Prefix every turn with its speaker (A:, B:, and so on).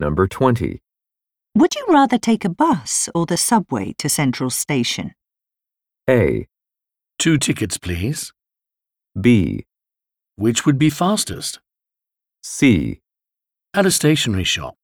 A: Number 20.
B: Would you rather take a bus or the subway to Central Station?
A: A.
C: Two tickets, please.
A: B.
C: Which would be fastest?
A: C.
C: At a stationery shop.